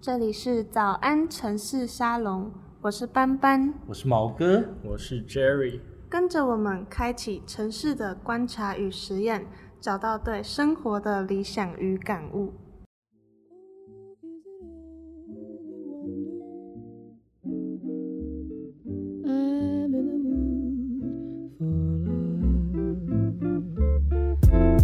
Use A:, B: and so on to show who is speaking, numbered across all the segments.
A: 这里是早安城市沙龙，我是斑斑，
B: 我是毛哥，
C: 我是 Jerry。
A: 跟着我们开启城市的观察与实验，找到对生活的理想与感悟。
D: I'm in the mood for love.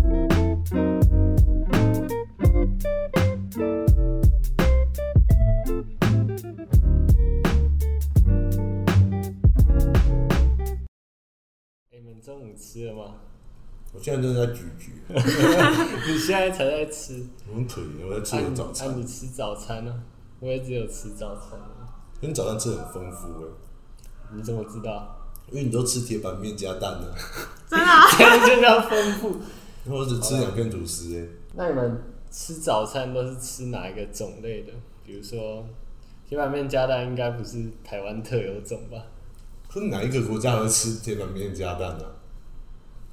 C: 哎你们中午吃了吗？
E: 我现在正在咀嚼，
C: 你现在才在吃？
E: 我很可怜，我在吃
C: 啊
E: 我的
C: 你
E: 早
C: 啊
E: 餐
C: 你，吃早餐呢、我也只有吃早餐了。
E: 因为早餐吃得很丰富哎、
C: 你怎么知道？
E: 因为你都吃铁板面加蛋啊的、
C: 这样就叫丰富。
E: 然后我只吃两片吐司哎、
C: 那你们吃早餐都是吃哪一个种类的？比如说，铁板面加蛋应该不是台湾特有种吧？
E: 可是哪一个国家会吃铁板面加蛋啊呢、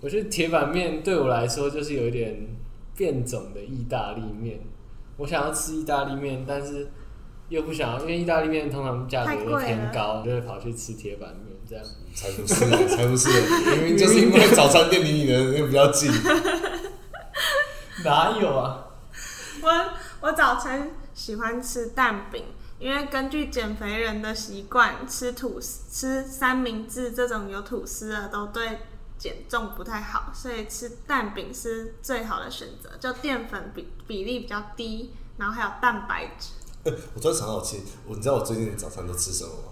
C: 我觉得铁板面对我来说就是有一点变种的意大利面。我想要吃意大利面，但是又不想要，因为意大利面通常价格
A: 太
C: 都
A: 贵了
C: 偏高，就会跑去吃铁板面这样。
E: 嗯才不是，啊才不是，明明就是因为早餐店离你的又比较近，
C: 哪有啊？
A: 我我早餐喜欢吃蛋饼，因为根据减肥人的习惯，吃吐司、吃三明治这种有吐司的都对减重不太好，所以吃蛋饼是最好的选择，就淀粉比比例比较低，然后还有蛋白质。
E: 我突然想到，我其实我你知道我最近的早餐都吃什么吗？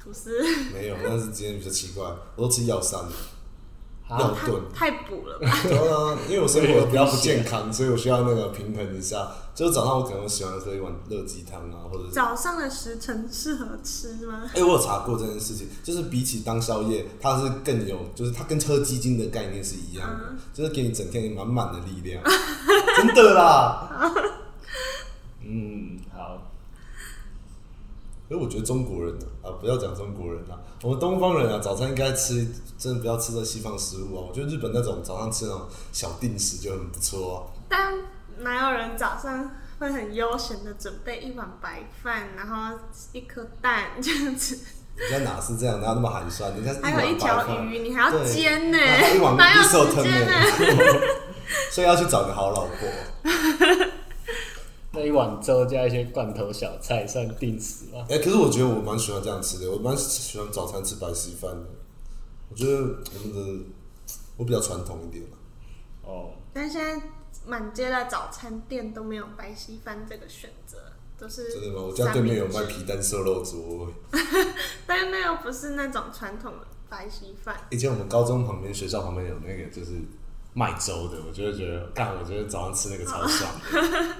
A: 吐司
E: 没有，但是今天比较奇怪，我都吃药膳、药
C: 啊，
A: 太
E: 炖。
A: 太补了吧？
E: 对啊，因为我生活比较不健康，所以我需要那个平衡一下。就是早上我可能喜欢喝一碗热鸡汤啊，或者是
A: 早上的时辰适合吃吗？
E: 哎、我有查过这件事情，就是比起当宵夜，它是更有，就是它跟喝鸡精的概念是一样的，
A: 嗯
E: 就是给你整天满满的力量， 真的啦。
C: 嗯，好，
E: 可是我觉得中国人啊，啊不要讲中国人啦、我们东方人啊，早餐应该吃，真的不要吃这西方食物啊。我觉得日本那种早上吃那种小定食就很不错啊。
A: 但哪有人早上会很悠闲的准备一碗白饭，然后一颗蛋这样子？
E: 人家哪是这样，哪有那么寒酸？人家是
A: 还有
E: 碗
A: 一
E: 白
A: 条
E: 饭
A: 鱼，你还要
E: 对
A: 煎呢、
E: 然后一 碗
A: 哪有
E: 一手
A: 时
E: 疼
A: 间呢、
E: 呢，所以要去找个好老婆。
C: 那一碗粥加一些罐头小菜算定时吗？
E: 哎、可是我觉得我蛮喜欢这样吃的，我蛮喜欢早餐吃白稀饭的。我觉得我们的我比较传统一点嘛，
C: 哦，
A: 但现在满街的早餐店都没有白稀饭这个选择，都是
E: 真的吗？我家对面有卖
A: 三明治
E: 皮，蛋瘦肉粥。哦
A: 但那又不是那种传统的白稀饭。
E: 以前我们高中旁边学校旁边有那个就是卖粥的，我就会觉得，干，我觉得早上吃那个超爽 的。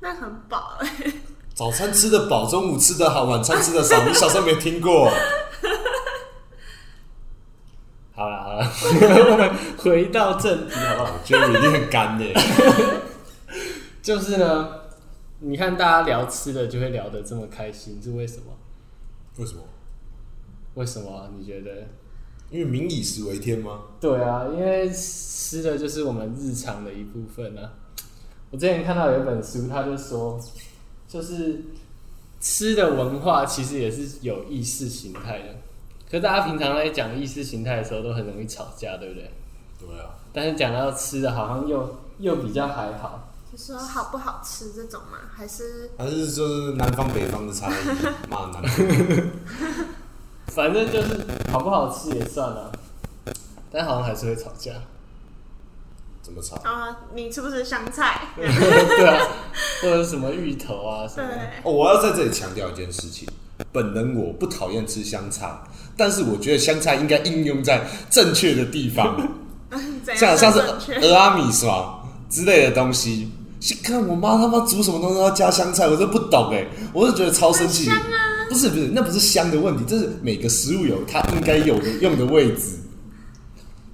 A: 那很饱、 欸，
E: 早餐吃的饱，中午吃的好，晚餐吃的少。你小时候没听 过？哦
C: 好啦好啦，我们 回到正题好不好？
E: 我觉得一定很 干的。
C: 就是呢，你看大家聊吃的就会聊得这么开心，是为什么？
E: 为什么？
C: 为什么啊你觉得？
E: 因为民以食为天吗？
C: 对啊，因为吃的就是我们日常的一部分啊。我之前看到有一本书，他就说，就是吃的文化其实也是有意识形态的。可大家平常在讲意识形态的时候，都很容易吵架，对不对？
E: 对啊，
C: 但是讲到吃的，好像又又比较还好。
A: 你说好不好吃这种吗？还是
E: 还是就是南方北方的差 异，骂南方。
C: 反正就是好不好吃也算了、但好像还是会吵架。
E: 怎么吵？
A: 啊、你吃不吃香菜？
C: 对啊，或者是什么芋头啊什
A: 对
C: 么的。，
E: 哦，我要在这里强调一件事情：本人我不讨厌吃香菜，但是我觉得香菜应该应用在正确的 地方，
A: 怎
E: 像
A: 样
E: 像是
A: 算哎正确？
E: 俄阿米爽之类的东西。看我妈他妈煮什么东西都要加香菜，我真不懂哎，我就觉得超生气。
A: 啊
E: 不是不是，那不是香的问题，这是每个食物有它应该有的用的位置。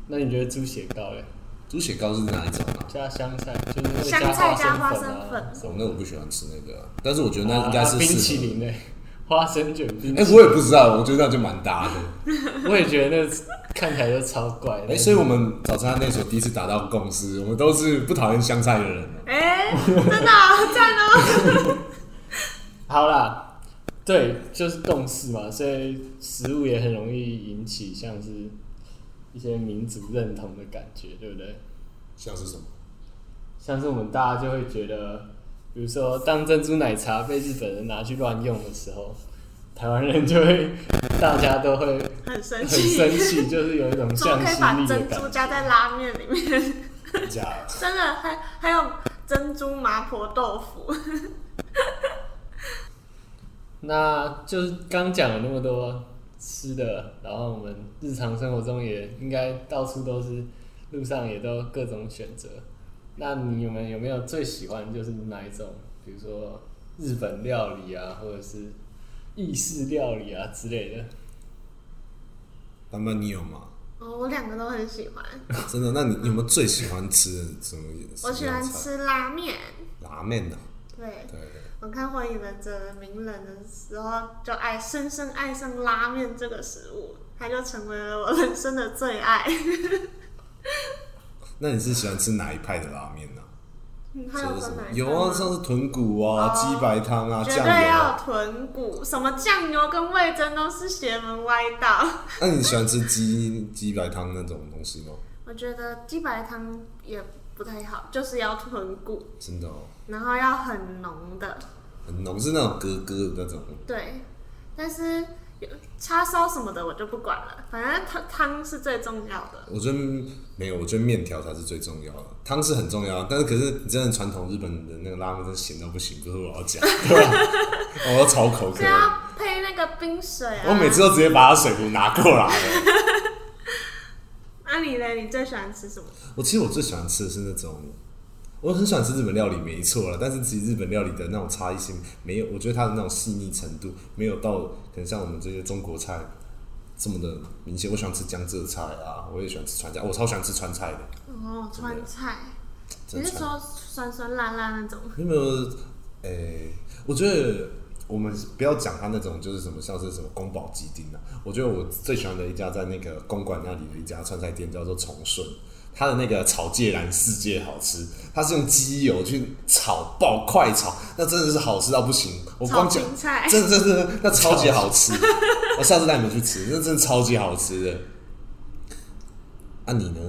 C: 那你觉得猪血糕欸嘞？
E: 猪血糕是哪一种啊？
C: 加香菜，就是会
A: 香菜加
C: 花
A: 花
C: 生
A: 生
C: 粉啊
A: 粉
C: 什
E: 我
C: 么
E: 那
C: 的。
E: 我不喜欢吃那个啊，但是我觉得那
C: 啊
E: 应该是
C: 冰
E: 适
C: 淇
E: 合
C: 淋嘞，花生卷冰淇
E: 哎、
C: 淋。
E: 我也不知道，我觉得那就蛮搭的。
C: 我也觉得那看起来就超怪的。
E: 哎、所以我们早餐那时候第一次达到共识，我们都啊呃是不讨厌香菜的人。
A: 哎、真的、啊、赞哦！
C: 啊好啦，对，就是共识嘛，所以食物也很容易引起像是一些民族认同的感觉，对不对？
E: 像是什么？
C: 像是我们大家就会觉得，比如说当珍珠奶茶被日本人拿去乱用的时候，台湾人就会，大家都会
A: 很生
C: 很
A: 气。
C: 生 气，就是有一
A: 怎
C: 种
A: 么
C: 向
A: 可以
C: 心
A: 把
C: 力的
A: 珍
C: 感
A: 珠
C: 觉。
A: 加在拉面里面？
E: 假的
A: 真的，还还有珍珠麻婆豆腐，
C: 那就是刚讲了那么多吃的，然后我们日常生活中也应该到处都是，路上也都各种选择。那你们有没有最喜欢就是哪一种？比如说日本料理啊，或者是意式料理啊之类的。
E: 慢慢你有吗？
A: 哦，我两个都很喜欢。
E: 真的？那你你有没有最喜欢吃的什么？
A: 我喜欢吃拉面，
E: 拉面的。
A: 对
E: 对，
A: 我看《火影忍者》的鸣人的时候，就爱深深爱上拉面这个食物，它就成为了我人生的最爱。
E: 那你是喜欢吃哪一派的拉面呢、
A: 嗯，它
E: 说
A: 有
E: 是什
A: 分
E: 么
A: 哪？一
E: 有
A: 种
E: 啊，
A: 吗
E: 像是豚骨啊、
A: 哦
E: 鸡白汤啊、
A: 绝
E: 酱油
A: 对要
E: 啊。
A: 豚骨，什么酱油跟味噌都是邪门歪道。
E: 那你喜欢吃鸡鸡白汤那种东西吗？
A: 我觉得鸡白汤也不太好，就是要豚骨，
E: 真的哦，
A: 然后要很浓的，
E: 很浓，是那种咯咯的那种。
A: 对。但是有叉烧什么的我就不管了，反正汤汤是最重要的。
E: 我觉得没有，我觉得面条才是最重要的，汤是很重要，但是可是你真的传统日本的那个拉面真的咸到不行，不是我要讲， 对吧？我要炒口
A: 是
E: 渴。
A: 要啊配那个冰水啊。
E: 我每次。都直接把它水壶拿过来了。
A: 那、啊你嘞？你最喜欢吃什么？
E: 我其实我最喜欢吃的是那种，我很喜欢吃日本料理，没错了。但是其实日本料理的那种差异性没有，我觉得它的那种细腻程度没有到可能像我们这些中国菜这么的明显。我喜欢吃江浙菜啊，我也喜欢吃川菜，我超喜欢吃川菜的。
A: 哦，川菜。
E: 真
A: 你
E: 的
A: 是
E: 川
A: 说酸酸辣辣那种？
E: 有没有？诶、我觉得我们不要讲它那种就是什么像是什么宫保鸡丁啊。我觉得我最喜欢的一家在那个公馆那里的一家川菜店叫做重顺，它的那个炒芥兰世界好吃，它是用鸡油去炒爆快炒，那真的是好吃到不行。我
A: 炒
E: 光讲，
A: 青菜。
E: 真的真的那超级好吃。我下次带你们去吃，那真的超级好吃的。啊，你呢？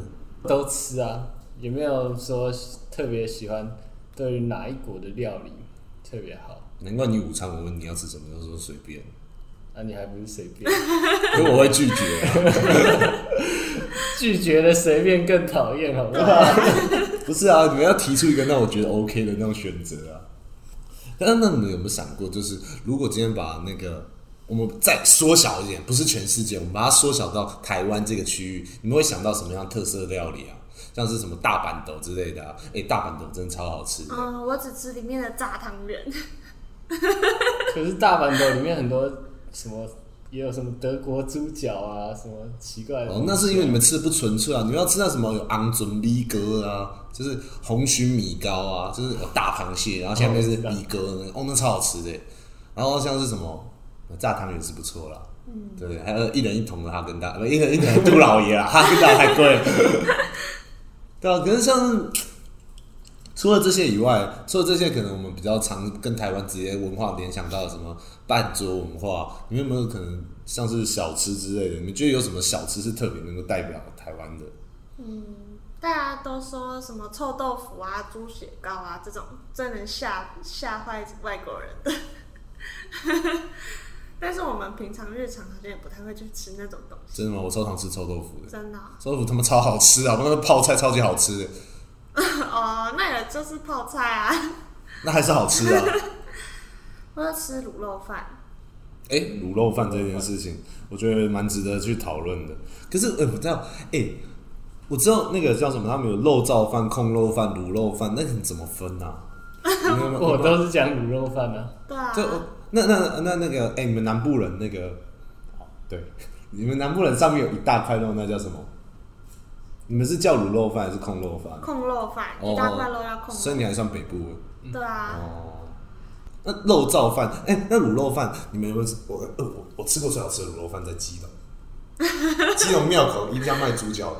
C: 都吃啊，有没有说特别喜欢对于哪一国的料理特别好？
E: 难怪你午餐我问你要吃什么，都说随便，
C: 那、你还不是随便
E: 因为我会拒绝、啊。
C: 拒绝了，随便更讨厌，好不好？
E: 不是啊，你们要提出一个让我觉得 OK 的那种选择啊。但那你们有没有想过，就是如果今天把那个我们再缩小一点，不是全世界，我们把它缩小到台湾这个区域，你们会想到什么样的特色料理啊？像是什么大阪斗之类的啊？哎、大阪斗真的超好吃的。
A: 嗯，我只吃里面的炸汤圆。
C: 可是大阪的里面很多什么，也有什么德国猪脚啊，什么奇怪的东西啊。
E: 哦，那是因为你们吃的不纯粹啊！你们要吃那什么有昂准米糕啊，就是红鲟米糕啊，就是有大螃蟹，然后下面是米糕，哦，那超好吃的。然后像是什么炸汤圆是不错啦，嗯，对，还有一人一桶的哈根达，不，一人一桶的杜老爷啦，哈 根达太贵了。对啊，可是像是除了这些以外，除了这些，可能我们比较常跟台湾直接文化联想到的什么半桌文化，你们有没有可能像是小吃之类的？你们觉得有什么小吃是特别能够代表台湾的？
A: 大家都说什么臭豆腐啊、猪血糕啊这种，最能吓吓坏外国人的。 但是我们平常日常好像也不太会去吃那种东西，
E: 真的吗？我超常吃臭豆腐的，
A: 真的哦、
E: 臭豆腐他妈超好吃啊！我那个泡菜超级好吃的，
A: 哦，那也就是泡菜啊，
E: 那还是好吃 啊！
A: 或者吃卤肉饭。
E: 哎、卤肉饭这件事情，我觉得蛮值得去讨论的。可是，呃，我知道，哎、我知道那个叫什么，他们有肉燥饭、控肉饭、卤肉饭，那你怎么分啊？你们有没有
C: 我都是讲卤肉饭啊。
A: 对啊，
E: 这那那那那个，哎、你们南部人那个，哦对，你们南部人上面有一大块肉，那叫什么？你们是叫卤肉饭还是控肉饭？
A: 控肉饭，
E: 哦
A: 一大块肉要控
E: 所以
A: 肉。
E: 你还算北部
A: 对啊，
E: 哦。那肉燥饭，哎、那卤肉饭，你们有没有吃？我 呃我我吃过最好吃的卤肉饭在基隆，基隆庙口一定要卖猪脚，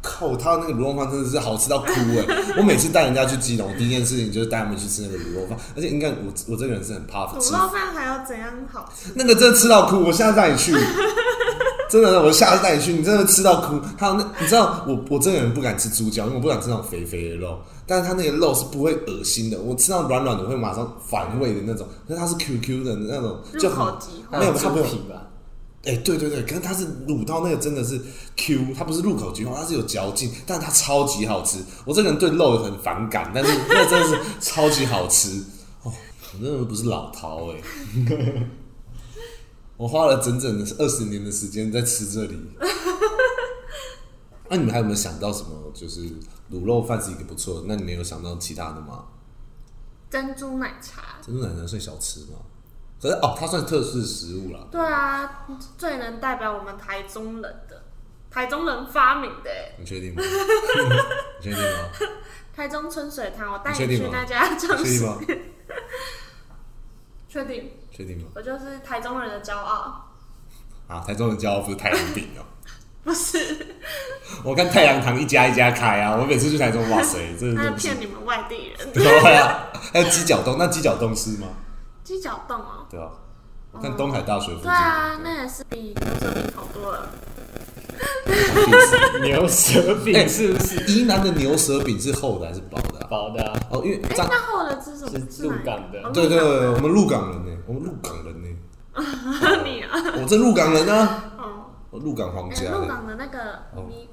E: 靠，他那个卤肉饭真的是好吃到哭哎！我每次带人家去基隆，第一件事情就是带他们去吃那个卤肉饭，而且应该我我这个人是很怕
A: 卤
E: 哦吃
A: 肉饭还有怎样好吃？
E: 那个真的吃到哭，我下次带你去， 真的，我下次带你去，你真的吃到哭。还有那你知道我我这个人不敢吃猪脚，因为我不敢吃那种肥肥的肉，但是它那个肉是不会恶心的，我吃到软软的我会马上反胃的那种，可是它是 QQ 的那种，就
A: 入
E: 很
A: 口即化
E: 啊没有它
C: 猪
E: 没有
C: 皮吧？
E: 哎、对对对，可是它是卤到那个真的是 Q，它不是入口即化，它是有嚼劲，但它超级好吃。我这个人对肉很反感，但是那真的是超级好吃哦，我真的不是老饕哎、我花了整整的二十年的时间在吃这里。那、你们还有没有想到什么？就是卤肉饭是一个不错的，那你们有想到其他的吗？
A: 珍珠奶茶。
E: 珍珠奶茶算小吃吗？可是哦，它算特制食物啦。
A: 对啊，最能代表我们台中人的，台中人发明的欸
E: 你确定吗？ 你确定吗？
A: 台中春水堂，我带
E: 你确
A: 你
E: 定
A: 去
E: 吗
A: 那家尝
E: 确定
A: 试。
E: 吗？
A: 确定，
E: 确定吗？
A: 我就是台中人的骄傲，
E: 啊，台中的骄傲不是太阳饼哦。
A: 不是？
E: 我看太阳堂一家一家开啊，我每次去台中，哇塞，真的
A: 他
E: 是
A: 是嗯骗你们外地人。
E: 对啊，还有鸡脚冻，那鸡脚冻是吗？
A: 鸡脚冻哦，
E: 对啊，我看东海大学附近，
A: 对啊，那也是比这里好多了。啊
C: 牛舌饼 是不是
E: 哎宜南的牛舌饼是厚的还是薄的啊、
C: 薄的啊？
E: 哦，因为
A: 哎，
E: 张
A: 那后的是什么？
C: 是
A: 哪一
C: 鹿港的
A: 哦
E: 对对对，
A: 鹿
E: 我们鹿港人呢、我们鹿港人呢、
A: 港的你 啊，
E: 我这鹿港人啊，
A: 哦，
E: 我鹿港皇
A: 哎
E: 家
A: 鹿
E: 的。
A: 港的那个
E: 啊哦
A: 米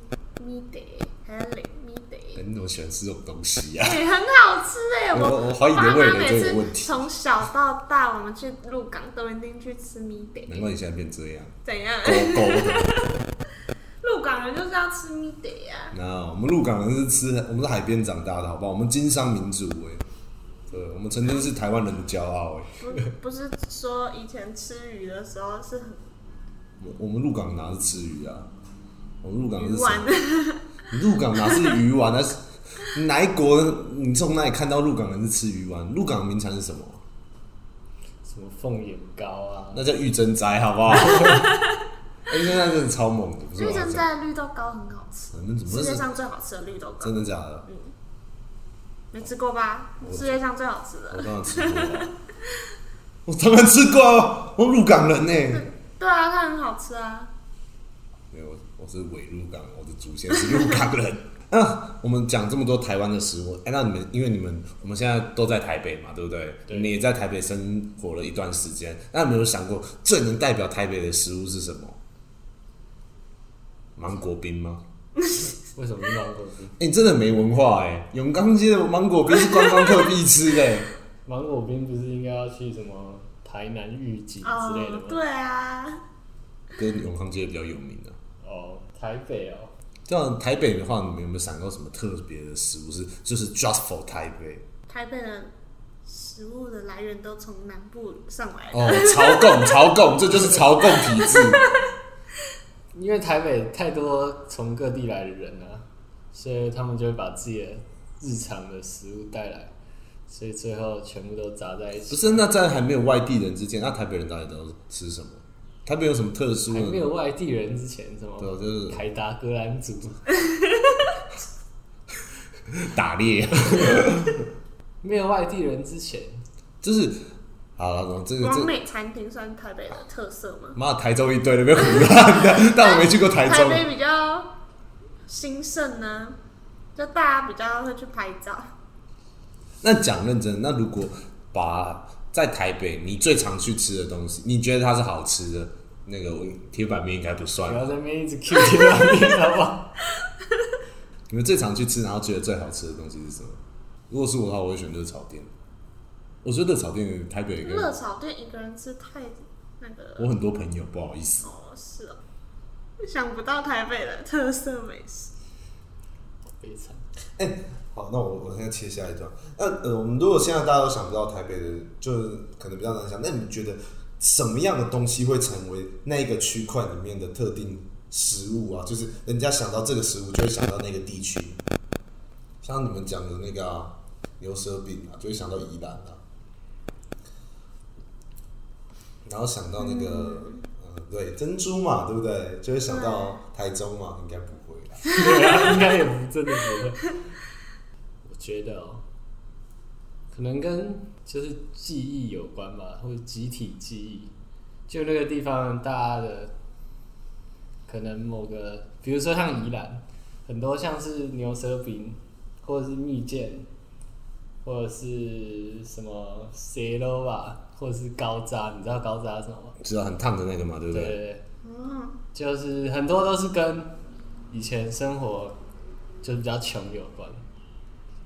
A: 米得还是零米
E: 哎
A: 得，
E: 你怎么喜欢吃这种东西
A: 哎
E: 啊？，
A: 很好吃哎！
E: 我
A: 我
E: 我怀疑你
A: 爸
E: 的味
A: 妈
E: 蕾
A: 每
E: 真的有问
A: 次
E: 题，
A: 从小到大，我们去鹿港都一定去吃米得，
E: 难怪你现在变这样，
A: 怎样？
E: 勾勾的。
A: 鹿港人就是要吃啊米得 呀，
E: 那我们鹿港人是吃，我们是海边长大的，好不好？我们经商民族哎、对，我们曾经是台湾人的骄傲哎、
A: 不不是说以前吃鱼的时候是很
E: 我我们鹿港哪是吃鱼啊？我们鹿港是啊
A: 鱼
E: 什
A: 丸
E: 么？
A: 的，
E: 鹿港哪是鱼丸？那是哪一国？你从哪里看到鹿港人是吃鱼丸？鹿港名产是什么？
C: 什么凤眼糕啊？
E: 那叫玉珍斋，好 不好？玉珍斋真的超猛的，不是
A: 所以
E: 我
A: 现
E: 讲。
A: 在绿豆糕很好吃，
E: 你们怎么
A: 世
E: 认
A: 界
E: 识？
A: 上最好吃的绿豆糕
E: 真，的假的？
A: 没吃过吧？世界上最好吃的
E: 我。当然吃过啊，我当然吃过啊，我鹿港人呢、
A: 对啊，它很好吃啊。
E: 没有，我是伪鹿港，我的祖先是鹿港人。 啊，我们讲这么多台湾的食物，哎、那你们因为你们我们现在都在台北嘛，对不对？
C: 对
E: 你也在台北生活了一段时间，那你们有想过最能代表台北的食物是什么？芒果冰吗？
C: 为什么是芒果冰？
E: 哎、你真的没文化哎、永康街的芒果冰是观光客必吃的、哎
C: 芒果冰不是应该要去什么台南预警之类的
A: 哦
C: 吗，？
A: 对啊，
E: 跟永康街比较有名啊。
C: 哦，台北哦，
E: 这样台北的话，你们有没有想过什么特别的食物是就是 just for 台北？
A: 台北的食物的来源都从南部上来的。
E: 哦，朝贡，朝贡，这就是朝贡体制。
C: 因为台北太多从各地来的人啊，所以他们就会把自己的日常的食物带来，所以最后全部都杂在一
E: 不
C: 起。
E: 是，那在还没有外地人之前，那台北人到底都吃什么？台北有什么特殊
C: 还
E: 的？
C: 没有外地人之前，什么
E: 对啊就是
C: 台达格兰 族，
E: 打猎，
C: 没有外地人之前，
E: 就是好了，这个
A: 王
E: 这
A: 美餐厅算台北的特色吗？
E: 妈台中一堆那边胡乱的，但我没去过台
A: 台
E: 中。
A: 北比较兴盛呢、就大家比较会去拍照。
E: 那讲认真，那如果把在台北你最常去吃的东西，你觉得它是好吃的，那个我铁板面应该不算
C: 不。要在那边一直 Q 贴那边，好不好？
E: 你们最常去吃，然后觉得最好吃的东西是什么？如果是我的话，我会选热炒店。我觉得热炒店台北跟
A: 热炒店一个人吃太那个
E: 嗯我
A: 了。
E: 很多朋友，不好意思。
A: 哦，是哦。想不到台北的特色美食，
C: 悲惨。
E: 好，那我我现在切下一段。那呃，我们如果现在大家都想不到台北的，就是可能比较难想。那你们觉得什么样的东西会成为那一个区块里面的特定食物啊？就是人家想到这个食物，就会想到那个地区。像你们讲的那个、啊、牛舌饼啊，就会想到宜兰啊，然后想到那个、呃，对珍珠嘛，对不对？就会想到台中嘛，应该不会啦。
C: 应该也不真的不会。我觉得哦，可能跟就是记忆有关吧，或者集体记忆。就那个地方，大家的可能某个，比如说像宜兰，很多像是牛舌饼，或者是蜜饯，或者是什么蛇肉吧，或者是高渣，你知道高渣是什么吗？
E: 知道很烫的那个嘛，对不
C: 对
E: 对？
C: 对对。就是很多都是跟以前生活就比较穷有关，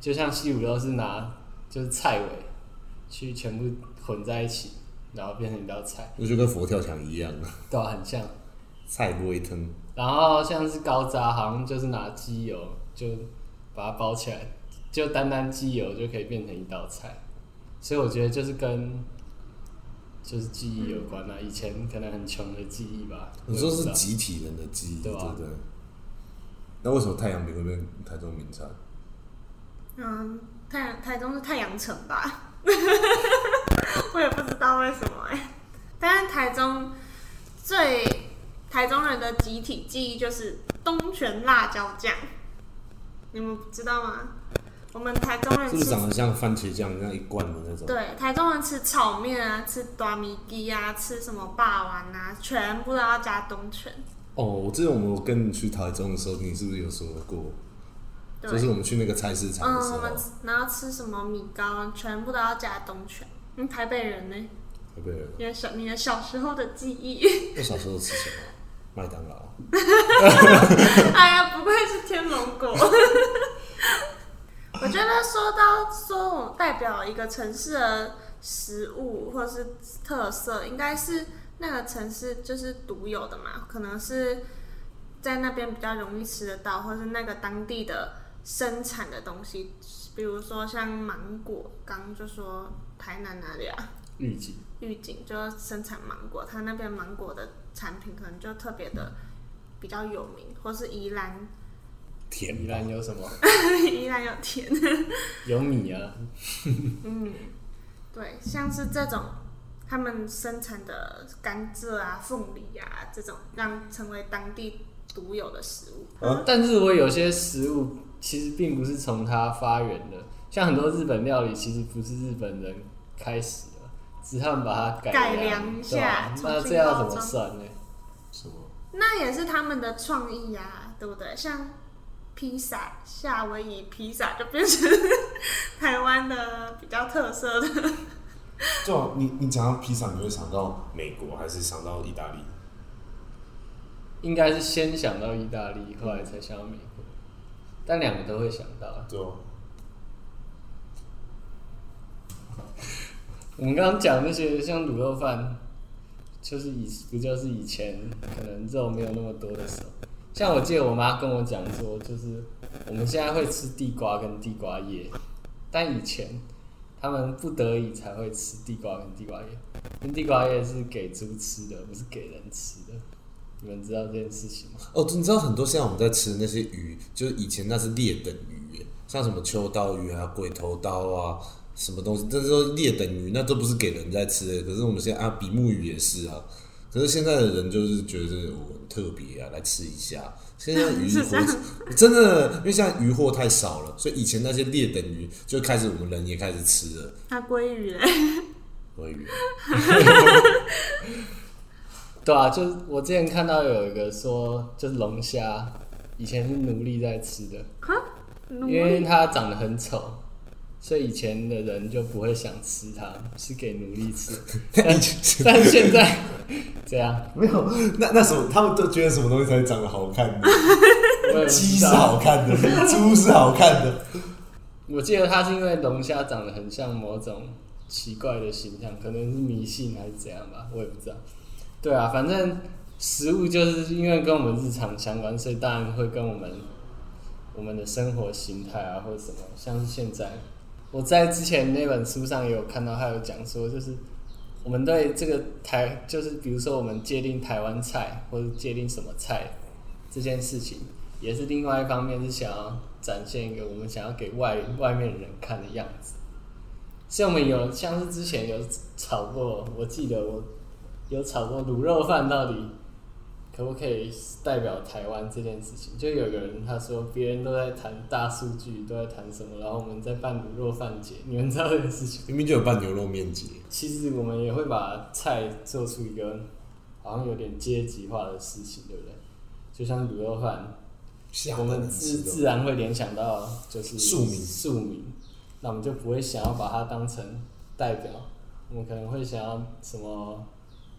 C: 就像西武都是拿就是菜尾去全部混在一起，然后变成一道菜，
E: 那就跟佛跳墙一样，
C: 对、啊，很像。
E: 菜不会疼。
C: 然后像是高渣，好像就是拿鸡油就把它包起来，就单单鸡油就可以变成一道菜，所以我觉得就是跟就是记忆有关啊，以前可能很穷的记忆吧。
E: 你说
C: 我也不知
E: 是
C: 道
E: 集体人的记忆，对啊
C: 对
E: 不
C: 吧
E: 对？那为什么太阳饼会变台中名啊产？
A: 嗯，太阳台中是太阳城 吧？我也不知道为什么哎、但是台中最台中人的集体记忆就是东泉辣椒酱，你们知道吗？我们台中人吃
E: 是不是长得像番茄酱那样一罐的那种？
A: 对，台中人吃炒面啊，吃短米鸡啊，吃什么霸王啊，全部都要加东泉。
E: 哦，我记得我们跟你去台中的时候，你是不是有说过？
A: 对，
E: 就是我们去那个菜市场
A: 嗯
E: 的时，
A: 我
E: 候，
A: 们然后吃什么米糕，全部都要加东泉。嗯，台北人呢？
E: 台北人，
A: 你的小你的小时候的记忆，
E: 我小时候吃什么？麦当劳。啊
A: 哎呀，不愧是天龙果。 我觉得说到说我代表一个城市的食物或是特色，应该是那个城市就是独有的嘛，可能是在那边比较容易吃得到，或是那个当地的生产的东西，比如说像芒果，刚刚就说台南哪里啊？
C: 预警。
A: 预警，就生产芒果，它那边芒果的产品可能就特别的比较有名，或是宜兰，
E: 甜
C: 宜兰有什么？
A: 宜兰有甜，
C: 有米啊，
A: 对，像是这种他们生产的甘蔗啊、凤梨啊这种，让成为当地独有的食物。
C: 但日我有些食物其实并不是从它发源的，像很多日本料理其实不是日本人开始的，只是他们把它改
A: 改良
C: 良
A: 一
C: 对吧
A: 下
C: 那
A: 重新
C: 这要
A: 包
C: 怎么
A: 装
C: 算呢？
E: 什么？
A: 那也是他们的创意啊，对不对？像披萨，夏威夷披萨就变成 台湾的比较特色的
E: 就啊你你讲到披萨，你会想到美国还是想到意大利？
C: 应该是先想到意大利，后来才想到美国，但两个都会想到啊。
E: 对哦，
C: 我们刚刚讲那些像卤肉饭，就是以不就是以前可能肉没有那么多的时候，像我记得我妈跟我讲说，就是我们现在会吃地瓜跟地瓜叶，但以前他们不得已才会吃地瓜跟地瓜叶，因为地瓜叶是给猪吃的，不是给人吃的。你们知道这件事情吗？
E: 哦，你知道很多现在我们在吃的那些鱼，就是以前那是劣等鱼耶，像什么秋刀鱼啊、鬼头刀啊，什么东西，这都是劣等鱼，那都不是给人在吃的。可是我们现在啊，比目鱼也是啊。可是现在的人就是觉得我很特别啊，来吃一下。现在鱼
A: 是这样
E: 货真的，因为现在鱼货太少了，所以以前那些劣等鱼就开始我们人也开始吃了。
A: 那鲑鱼嘞。
E: 鲑 鱼，
C: 对啊，就是我之前看到有一个说，就是龙虾以前是奴隶在吃的，
A: 哈，努
C: 因为它长得很丑，所以以前的人就不会想吃它，是给奴隶吃。但但现在这样，
E: 没有那那什么，他们都觉得什么东西才长得好看的？
C: 我也不
E: 鸡
C: 知
E: 是
C: 道。
E: 好看的，猪是好看的。
C: 我记得它是因为龙虾长得很像某种奇怪的形象，可能是迷信还是怎样吧，我也不知道。对啊，反正食物就是因为跟我们日常相关，所以当然会跟我们我们的生活形态啊，或者什么，像是现在我在之前那本书上也有看到，他有讲说，就是我们对这个台，就是比如说我们界定台湾菜或者界定什么菜这件事情，也是另外一方面是想要展现一个我们想要给外外面人看的样子。像我们有像是之前有炒过，我记得我有炒过卤肉饭到底可不可以代表台湾这件事情？就有个人他说，别人都在谈大数据，都在谈什么，然后我们在办卤肉饭节，你们知道这件事情？
E: 明明就有拌牛肉面节，
C: 其实我们也会把菜做出一个好像有点阶级化的事情，对不对？就像卤肉饭，
E: 下
C: 我们
E: 班吃
C: 自
E: 的
C: 自然会联想到就是
E: 庶民
C: 庶民，那我们就不会想要把它当成代表，我们可能会想要什么，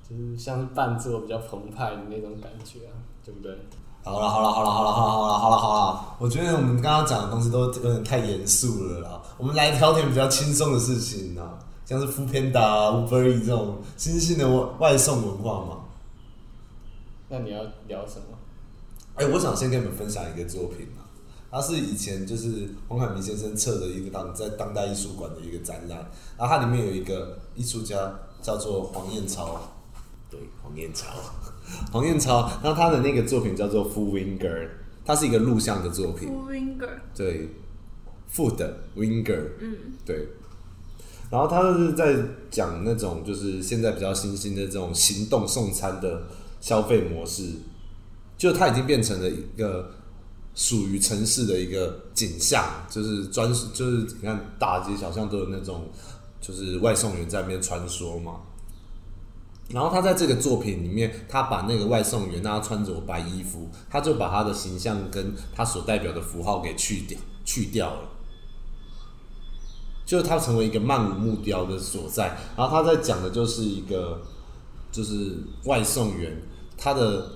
C: 就是像是伴奏比较澎湃的那种感觉啊，对不对？
E: 好了好了好了好了好了好了好了好了，我觉得我们刚刚讲的东西都有点太严肃了啦，我们来挑点比较轻松的事情啊，像是 Food Panda、Uber E 这种新兴的外送文化嘛。
C: 那你要聊什么？
E: 哎、我想先跟你们分享一个作品啊，它是以前就是黄海明先生策的一个当在当代艺术馆的一个展览，然后它里面有一个艺术家叫做黄燕超，对，黄燕超，黄燕超，然后他的那个作品叫做《f o o Winger》，它是一个录像的作品，
A: Full Winger，
E: 对，food winger，嗯，对。然后他就是在讲那种就是现在比较新兴的这种行动送餐的消费模式，就它已经变成了一个属于城市的一个景象，就是专属就是你看大街小巷都有那种就是外送员在那边穿梭嘛。然后他在这个作品里面，他把那个外送员，那他穿着白衣服，他就把他的形象跟他所代表的符号给去掉，去掉了，就是他成为一个漫无目标的所在。然后他在讲的就是一个，就是外送员他的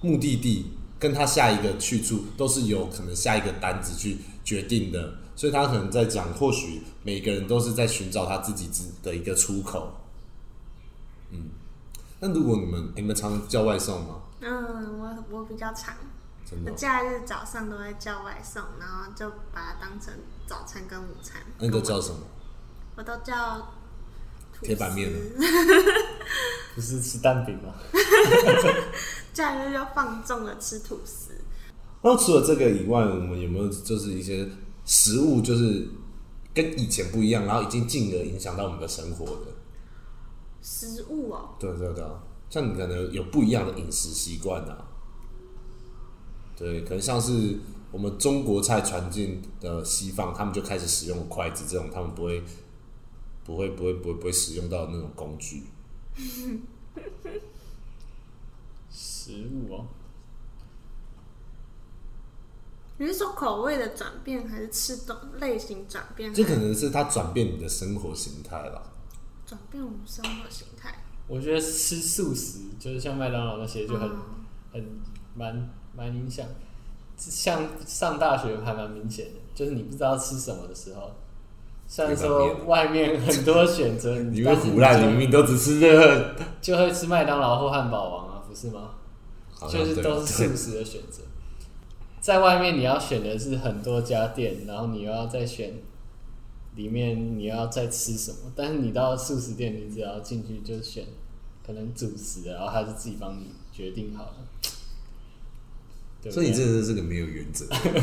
E: 目的地跟他下一个去处都是由可能下一个单子去决定的，所以他可能在讲，或许每个人都是在寻找他自己自的一个出口。那如果你们你们常常叫外送吗？
A: 嗯，我我比较长，
E: 真
A: 我
E: 的哦，
A: 假日早上都会叫外送，然后就把它当成早餐跟午餐。
E: 那你都叫什么？
A: 我都叫吐司
E: 铁板面呢
C: 不是吃蛋饼吗？
A: 假日就放纵了吃吐司。
E: 那除了这个以外，我们有没有就是一些食物，就是跟以前不一样，然后已经进而影响到我们的生活的？
A: 食物哦，
E: 对对对啊，像你可能有不一样的饮食习惯啊。对，可能像是我们中国菜传进的西方，他们就开始使用筷子这种，他们不会不会不会不会不会使用到的那种工具。
C: 食物哦，
A: 你是说口味的转变，还是吃东类型转变？
E: 这可能是它转变你的生活形态了。
A: 转变我们生活形态。
C: 我觉得吃素食就是像麦当劳那些就
E: 嗯
C: 很、很蛮蛮影响，像上大学还蛮明显的，就是你不知道吃什么的时候，虽然说外面很多选择，
E: 你会
C: 但是
E: 胡乱，你明明都只吃热，
C: 就会吃麦当劳或汉堡王啊，不是吗？
E: 好像
C: 就是
E: 对
C: 都是素食的选择。在外面你要选的是很多家店，然后你又要再选里面你要再吃什么，但是你到素食店，你只要进去就选可能主食，啊然后他就自己帮你决定好了。对不
E: 所以你
C: 对
E: 真的是个没有原则的 人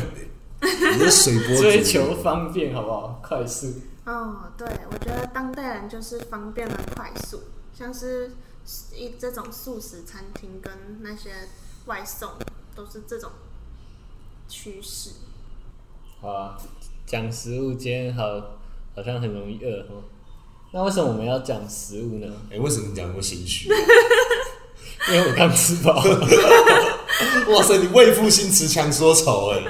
E: 欸，你是随波逐流
C: 追求方便好不好？快速
A: 哦，对，我觉得当代人就是方便的快速，像是一这种素食餐厅跟那些外送都是这种趋势。
C: 好啊，讲食物今天好好像很容易饿哦。那为什么我们要讲食物呢？
E: 哎、为什么你讲那么心虚？
C: 因为我刚吃饱。
E: 哇塞，你为赋新词强说愁哎、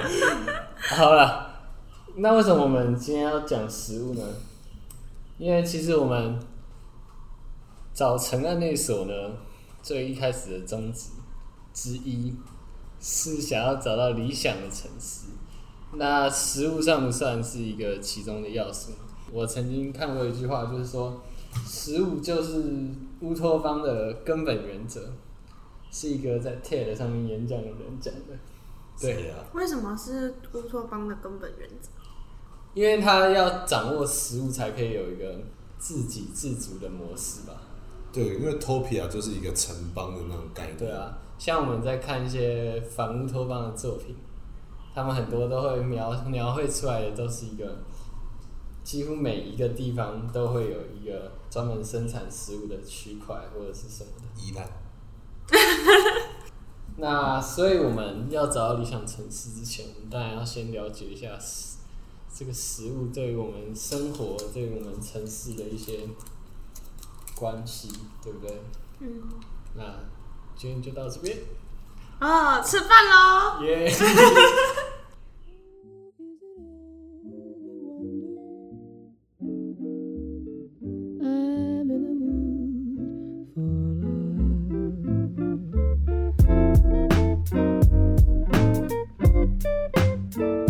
C: 好了，那为什么我们今天要讲食物呢？因为其实我们找陈案内所呢，最一开始的宗旨之一是想要找到理想的城市。那食物算不算是一个其中的要素呢？我曾经看过一句话，就是说，食物就是乌托邦的根本原则，是一个在 TED 上面演讲的人讲的。对啊
E: 对呀、
A: 为什么是乌托邦的根本原则？
C: 因为他要掌握食物，才可以有一个自给自足的模式吧？
E: 对，因为 Topia 就是一个城邦的那种概念。
C: 对，啊，像我们在看一些反乌托邦的作品，他们很多都会描描绘出来的都是一个，几乎每一个地方都会有一个专门生产食物的区块或者是什么的。
E: 宜兰，
C: 那所以我们要找到理想城市之前，我们当然要先了解一下食这个食物对于我们生活、对于我们城市的一些关系，对不对？
A: 嗯，
C: 那今天就到这边，
A: 哦，吃饭喽！
C: 耶、
D: I'm in the mood for love.